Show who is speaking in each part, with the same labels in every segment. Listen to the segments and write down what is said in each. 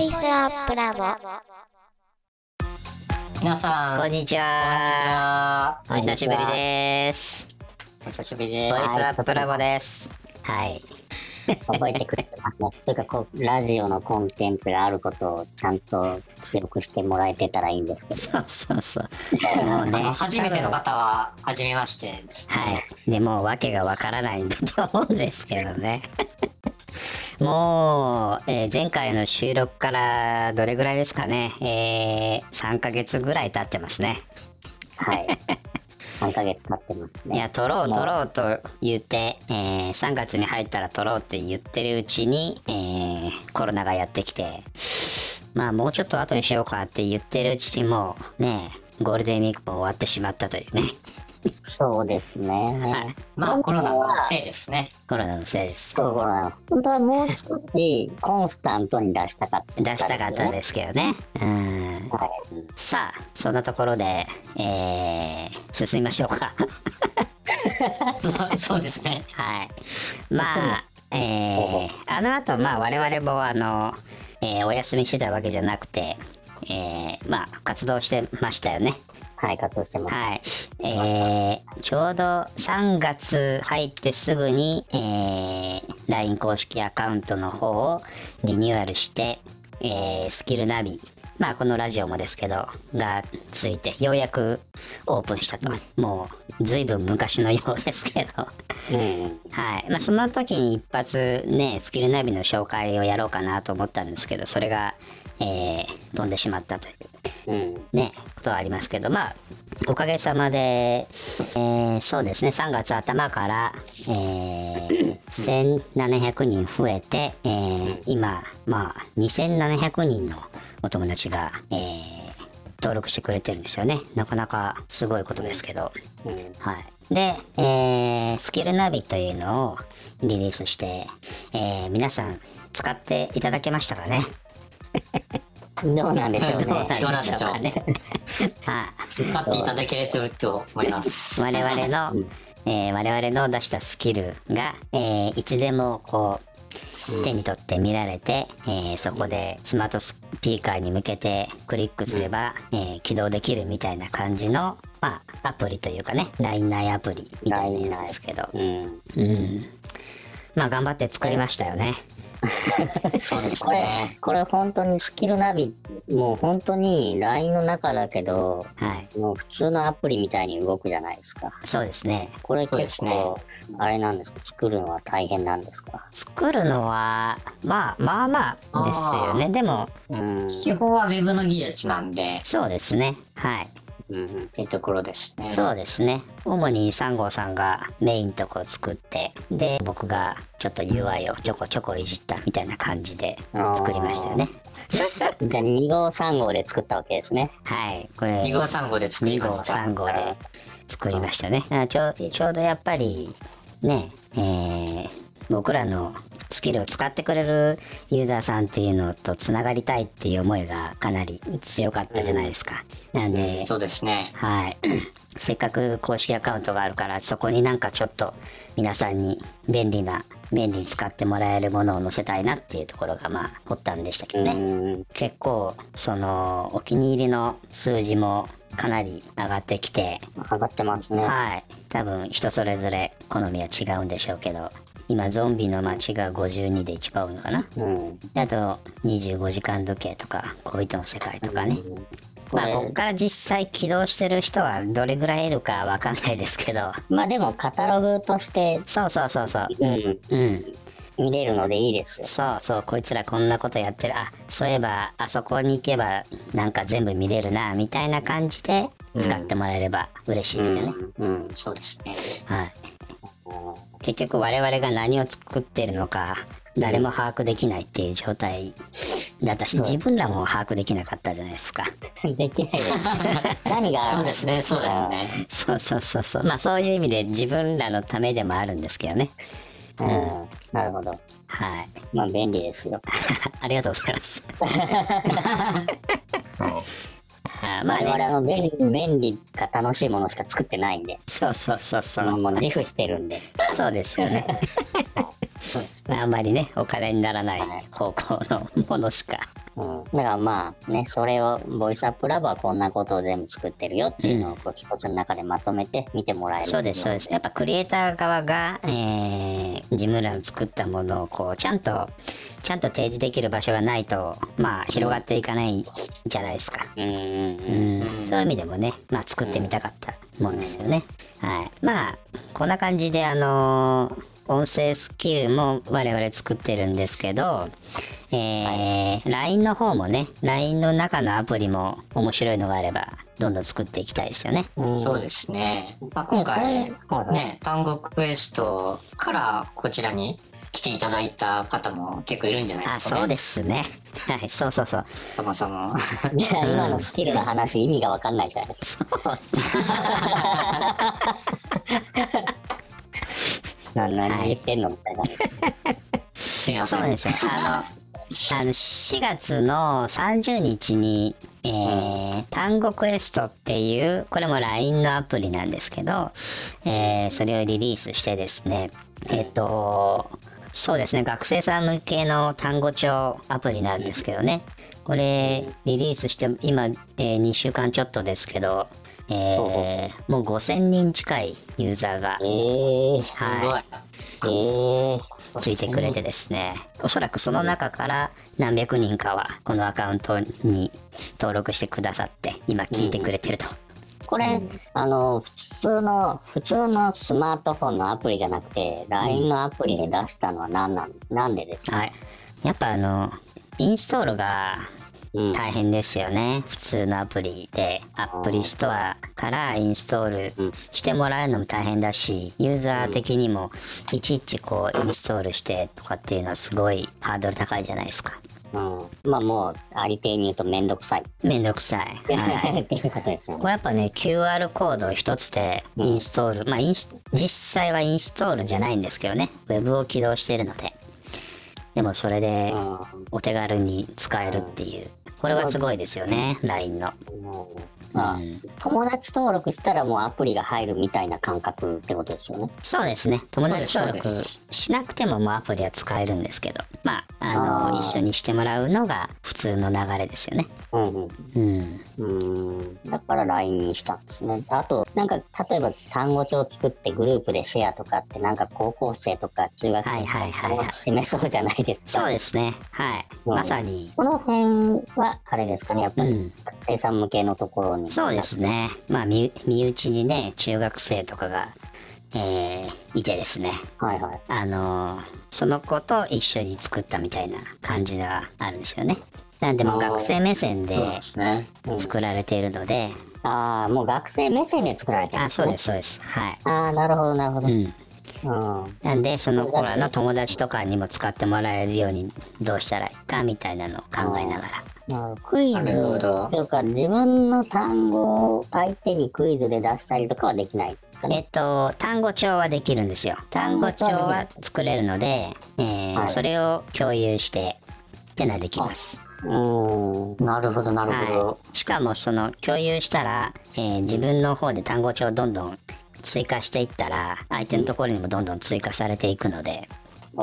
Speaker 1: イスアップラボ
Speaker 2: 皆さん、
Speaker 3: こんにちは。
Speaker 2: は
Speaker 3: お久しぶりです。
Speaker 2: お久しぶりです。
Speaker 3: ボイスアップラボです。
Speaker 4: はい。 覚えてくれてますね。というかこう、ラジオのコンテンツがあることをちゃんと記憶してもらえてたらいいんですけど。
Speaker 3: そうそうそう。
Speaker 4: もう
Speaker 2: あ
Speaker 4: ね、
Speaker 2: の初めての方は、はじめまして。
Speaker 4: はい。でも、わけがわからないんだと思う
Speaker 3: そ
Speaker 4: ん
Speaker 3: う
Speaker 4: で
Speaker 3: ですす
Speaker 4: け
Speaker 3: け
Speaker 4: ど
Speaker 3: ど
Speaker 4: ね。
Speaker 3: ね。 もう、えー前回の収録からどれぐらいですかね。えー、3ヶ月ぐらい経ってますね。
Speaker 4: はい。3ヶ月経ってます
Speaker 3: い
Speaker 4: ね。
Speaker 3: や、撮ろう撮ろうと言って、えー3月に入ったら撮ろうって言ってるうちに、えーコロナがやってきて、まあもうちょっと後にしようかって言ってるうちにもう、ね、ゴールデンウィークも終わってしまったというね。
Speaker 4: そうですね。
Speaker 2: まあ、コロナのせいですね。
Speaker 3: コロナのせいです。
Speaker 4: そうなの。本当はもう少しコンスタントに出したかった、
Speaker 3: 出したかったですけどね。うん。
Speaker 4: はい。
Speaker 3: さあ、そんなところで、えー、進みましょうか。
Speaker 2: そうそうですね。
Speaker 3: はい。まあ、えー、あの後、まあ、我々も、あの、えーお休みしてたわけじゃなくて、えー、まあ、活動してましたよね。
Speaker 4: はい、活動してます。
Speaker 3: はい。えー、ちょうど3月入ってすぐに、えー、LINE 公式アカウントの方をリニューアルして、えー、スキルナビ、まあこのラジオもですけど、がついて、ようやくオープンしたと。もう、ずいぶん昔のようですけど。
Speaker 4: うん。
Speaker 3: はい。まあ、その時に一発ね、スキルナビの紹介をやろうかなと思ったんですけど、それが、えー、飛んでしまったという。
Speaker 4: うん。
Speaker 3: ね、ことはありますけど、まあ、おかげさまで、えーそうですね、3月頭から、え ー1700人増えて、えー今、まあ、2700人のお友達が、えー登録してくれてるんですよね。なかなかすごいことですけど。
Speaker 4: うん。
Speaker 3: はい。で、えースキルナビというのをリリースして、えー皆さん使っていただけましたかね
Speaker 4: どうなんでしょう
Speaker 3: どうなん
Speaker 4: ね。
Speaker 3: でしょうかね。 はい。
Speaker 2: 使っていただければと思います。
Speaker 3: 我々の、えー我々の出したスキルが、えーいつでもこう手に取って見られて、えーそこでスマートスピーカーに向けてクリックすれば、えー起動できるみたいな感じの、まあ、アプリというかね LINE 内アプリみたいなやつですけど、
Speaker 4: うん。
Speaker 3: うん、まあ頑張って作りましたよね。
Speaker 2: そうです
Speaker 4: これ
Speaker 2: ね。、
Speaker 4: これ本当にスキルナビ、もう本当に LINE の中だけど、
Speaker 3: はい、
Speaker 4: もう普通のアプリみたいに動くじゃないですか。
Speaker 3: そうですね
Speaker 4: これ
Speaker 2: そうで
Speaker 4: 結
Speaker 2: すね
Speaker 4: 構、あれなんですか、作るのは大変なんですか。
Speaker 3: 作るのはまあまあまあですよねでも
Speaker 4: うん。
Speaker 2: 基本は Web の技術なんで、
Speaker 3: そうですねはい
Speaker 4: うん
Speaker 2: っていうところですね。
Speaker 3: そうですね。主に3号さんがメインとこ作って、で、僕がちょっと UI をちょこちょこいじったみたいな感じで作りましたよね。
Speaker 4: じゃあ2号3号で作ったわけですね。
Speaker 3: はい。こ
Speaker 2: 2
Speaker 3: れ、
Speaker 2: 号3号で作り
Speaker 3: 2
Speaker 2: ま
Speaker 3: 号、
Speaker 2: した。
Speaker 3: 3号で作りましたね。あちょちょうどやっぱり、ね、えー僕らのスキルを使ってくれるユーザーさんっていうのとつながりたいっていう思いがかなり強かったじゃないですか。なんで、
Speaker 2: そうですね。
Speaker 3: はい。せっかく公式アカウントがあるから、そこになんかちょっと皆さんに便利な、便利に使ってもらえるものを載せたいなっていうところが、まあ、発端でしたけどね。
Speaker 4: うん。
Speaker 3: 結構、その、お気に入りの数字もかなり上がってきて、
Speaker 4: 上がってますね。
Speaker 3: はい。多分、人それぞれ好みは違うんでしょうけど、今、ゾンビの街が52で一番多いのかな。
Speaker 4: うん。
Speaker 3: であと、25時間時計とか、恋人の世界とかね。まあ、
Speaker 4: これ
Speaker 3: こっから実際起動してる人はどれぐらいいるかわかんないですけど、
Speaker 4: まあでもカタログとして、
Speaker 3: そうそうそうそう。
Speaker 4: うん、
Speaker 3: うん。
Speaker 4: 見れるのでいいですよ。
Speaker 3: そうそう、こいつらこんなことやってる。あ、そういえば、あそこに行けば、なんか全部見れるな、みたいな感じで使ってもらえれば嬉しいですよね。
Speaker 4: うん。
Speaker 2: そうですね。
Speaker 3: はい。結局我々が何を作ってるのか、誰も把握できないっていう状態だったし、自分らも把握できなかったじゃないですか。
Speaker 4: できないです。何が
Speaker 2: そうですね、そうですね。
Speaker 3: そうそうそうそう。まあそういう意味で自分らのためでもあるんですけどね。
Speaker 4: うん。なるほど。
Speaker 3: はい。
Speaker 4: まあ便利です よ。
Speaker 3: ありがとうございます。はい。まあ
Speaker 4: 我
Speaker 3: ね、
Speaker 4: 々の便利便利か楽しいものしか作ってないんで、
Speaker 3: そうそうそうそ
Speaker 4: もう
Speaker 3: う。
Speaker 4: もう自負してるんで、
Speaker 3: そうですよね。
Speaker 2: そうですね。
Speaker 3: まああんまりね、お金にならない方向のものしか
Speaker 4: うん、だからまあね、それを、ボイスアップラボはこんなことを全部作ってるよっていうのをこう一つの中でまとめて見てもらえる。
Speaker 3: そうですそうですやっぱクリエイター側が、えー、自分らの作ったものをこうちゃんとちゃんと提示できる場所がないとまあ広がっていかないじゃないですか、
Speaker 4: うんうん
Speaker 3: う
Speaker 4: うん。
Speaker 3: ん、そういう意味でもね、まあ、作ってみたかったもんですよね、はいまあこんな感じであのー音声スキルも我々作ってるんですけど、えー LINE の方もね LINE の中のアプリも面白いのがあればどんどん作っていきたいですよね
Speaker 2: そうですね。まあ、今回、ね、単語クエストからこちらに来ていただいた方も結構いるんじゃないで
Speaker 3: あ
Speaker 2: すか、ね。
Speaker 3: そうですねはいそうそうそう
Speaker 2: そもそも。
Speaker 4: いや、今のスキルの話、意味がわかんないじゃないですか。な何言ってんのみたいな。
Speaker 2: すいませ
Speaker 3: そ
Speaker 2: ん。
Speaker 3: うですね。あの、あの4月の30日に、えー単語クエストっていう、これも LINE のアプリなんですけど、えーそれをリリースしてですね、えっ、と、そうですね、学生さん向けの単語帳アプリなんですけどね、これ、リリースして、今、え2週間ちょっとですけど、えー
Speaker 4: ほう
Speaker 3: もう5000人近いユーザーが
Speaker 4: えー、す
Speaker 3: はい
Speaker 4: ごい。えー、
Speaker 3: ついてくれてですねおそらくその中から何百人かはこのアカウントに登録してくださって今聞いてくれてると、
Speaker 4: これ、あの、普通の、普通のスマートフォンのアプリじゃなくて、LINE のアプリで出したのは何なん、なんでですか
Speaker 3: はいやっぱあのインストールが
Speaker 4: うん
Speaker 3: 大変ですよね、普通のアプリでアプリストアからインストールしてもらうのも大変だしユーザー的にもいちいちこうインストールしてとかっていうのはすごいハードル高いじゃないですか
Speaker 4: うん、まあもう、ありていに言うとめんどくさい。
Speaker 3: めんどくさい、はい、
Speaker 4: っていうことですよ
Speaker 3: こ
Speaker 4: ね。
Speaker 3: れやっぱね QR コード一つでインストール、まあインス実際はインストールじゃないんですけどねウェブを起動しているのででもそれで
Speaker 4: うん
Speaker 3: お手軽に使えるっていうこれはすごいですよね LINE の
Speaker 4: もうまあ友達登録したらもうアプリが入るみたいな感覚ってことですよね。
Speaker 3: そうですね友達登録
Speaker 2: そうで
Speaker 3: しなくてももうアプリは使えるんですけどまああの
Speaker 4: あー
Speaker 3: 一緒にしてもらうのが普通の流れですよね
Speaker 4: うんうん
Speaker 3: うん
Speaker 4: うーんだから LINE にしたんですね。あと、なんか、例えば単語帳作ってグループでシェアとかって、なんか高校生とか中学
Speaker 3: は
Speaker 4: 生
Speaker 3: い
Speaker 4: と
Speaker 3: はい
Speaker 4: か
Speaker 3: はいはい
Speaker 4: 楽しめそうじゃないですか。
Speaker 3: そうですねはい
Speaker 4: うん
Speaker 3: まさに
Speaker 4: この辺は、あれですかね、やっぱ
Speaker 3: う
Speaker 4: り
Speaker 3: ん、
Speaker 4: 学生さん向けのところに。
Speaker 3: そうで。すね。まあ、身身内にね、中学生とかが、えーいてですね。
Speaker 4: はいはい。
Speaker 3: あのーその子と一緒に作ったみたいな感じがあるんですよね。なんで、もう
Speaker 4: あー
Speaker 3: 学生目線で
Speaker 2: そうですね。
Speaker 3: 作られているので、
Speaker 4: ああ、もう学生目線で作られてるん
Speaker 3: あ、
Speaker 4: です
Speaker 3: そう
Speaker 4: ね。
Speaker 3: です、そうです。はい。
Speaker 4: ああ、なるほど、なるほど。
Speaker 3: うん。
Speaker 4: うん。
Speaker 3: なんで、その子らの友達とかにも使ってもらえるようにどうしたらいいかみたいなのを考えながら。
Speaker 4: なるほどクイズ
Speaker 2: なるほど
Speaker 4: というか、自分の単語を相手にクイズで出したりとかはできないですかね。
Speaker 3: えっと、単語帳はできるんですよ。単語帳は作れるので、えー
Speaker 4: はい
Speaker 3: それを共有して、ってのはできます。
Speaker 4: うーん。なるほど、なるほど。
Speaker 3: はい、しかも、その共有したら、えー自分の方で単語帳をどんどん追加していったら、相手のところにもどんどん追加されていくので、
Speaker 4: お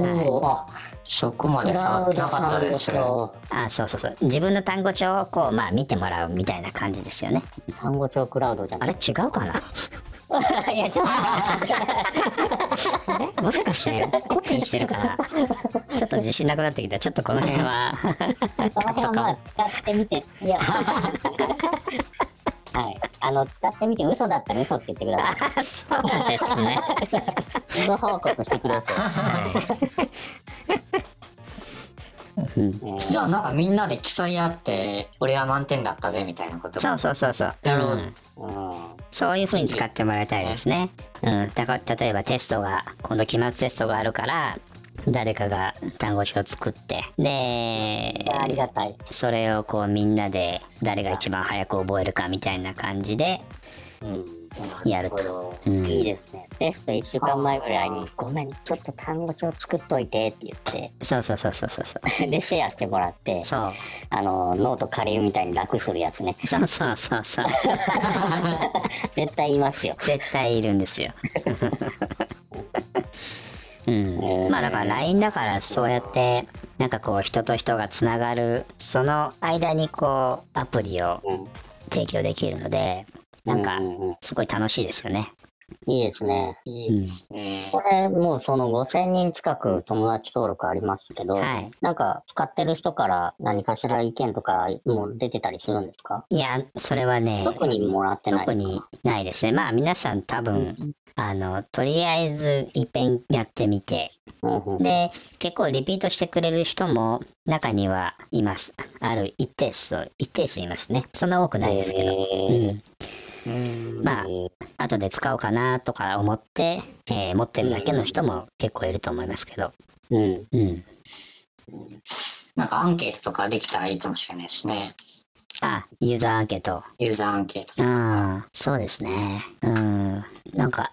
Speaker 2: お
Speaker 4: ー。
Speaker 2: お、あそこまで触ってなかったです。
Speaker 3: あ、そうそうそう。自分の単語帳をこう、まあ見てもらうみたいな感じですよね。
Speaker 4: 単語帳クラウドじゃ
Speaker 3: あ
Speaker 4: ない。
Speaker 3: れ違うかな
Speaker 4: いや、ちょっ
Speaker 3: もしかしてコピーしてるかなちょっと自信なくなってきた。ちょっとこの辺 は。
Speaker 4: と、その辺はまあ使ってみて。 いや、はい。あの、使ってみて、嘘だったら嘘って言ってくだ
Speaker 3: あ
Speaker 4: さ
Speaker 3: そうですね。
Speaker 4: い。 嘘報告してください。ね
Speaker 2: じゃあなんかみんなで競い合って、俺は満点だったぜみたいなこと。
Speaker 3: そうそうそうそう。
Speaker 2: なるほど
Speaker 3: うん
Speaker 4: うん
Speaker 3: そういう風に使ってもらいたいですね。うん。だから例えばテストが、今度期末テストがあるから、誰かが単語帳を作って、で、
Speaker 4: ありがたい。
Speaker 3: それをこうみんなで誰が一番早く覚えるかみたいな感じで、やるとうん
Speaker 4: いいですね。テスト1週間前ぐらいに、ごめん、ちょっと単語帳作っといてって言っ
Speaker 3: そうそうそうそうそうそう。
Speaker 4: て、 で、シェアしてもらって、
Speaker 3: そう。
Speaker 4: あの、ノート借りるみたいに楽するやつね。
Speaker 3: そうそうそうそう。
Speaker 4: 絶対いますよ。
Speaker 3: 絶対いるんです よ。うん、まあだから LINE だからそうやってなんかこう人と人がつながるその間にこうアプリを
Speaker 4: うん
Speaker 3: 提供できるのでなんか
Speaker 4: うんうんうん
Speaker 3: すごい楽しいですよね。
Speaker 4: いいですね。
Speaker 2: いいですね
Speaker 4: こ。れ、もうその5000人近く友達登録ありますけど、
Speaker 3: はい
Speaker 4: なんか使ってる人から何かしら意見とかも出てたりするんですか
Speaker 3: いやそれはね
Speaker 4: 特にもらってない。
Speaker 3: 特にないですね。まあ皆さん多分あのとりあえず一遍やってみて
Speaker 4: うんうん。
Speaker 3: で結構リピートしてくれる人も中にはいますある一定数一定数いますねそんな多くないですけど、うん、
Speaker 2: うん。
Speaker 3: まあ後で使おうかなとか思って、えー持ってるだけの人も結構いると思いますけど、
Speaker 4: うん。
Speaker 3: うん、
Speaker 2: なんかアンケートとかできたらいいかもしれないですね。
Speaker 3: あユーザーアンケート
Speaker 2: ユーザーアンケートとか。
Speaker 3: ああそうですねうんなんか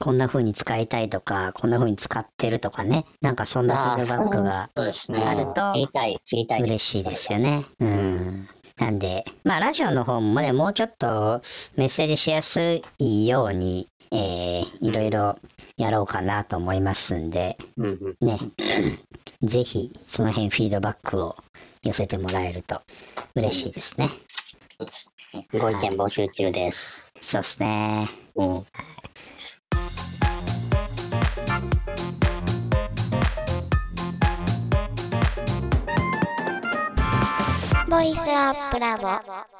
Speaker 3: こんな風に使いたいとかこんな風に使ってるとかねなんかそんなフィードバックが
Speaker 2: そうですね。
Speaker 3: あると
Speaker 4: 知りたい、知りたい。
Speaker 3: 嬉しいですよね。うん。なんで、まあ、ラジオの方もね、もうちょっとメッセージしやすいように、えーいろいろやろうかなと思いますんで、
Speaker 4: うんうん。
Speaker 3: ね、ぜひ、その辺フィードバックを寄せてもらえると嬉しいですね。
Speaker 2: そうですね。
Speaker 4: ご意見募集中です。
Speaker 3: そうですね。
Speaker 4: うん。
Speaker 1: ボイスアップラボ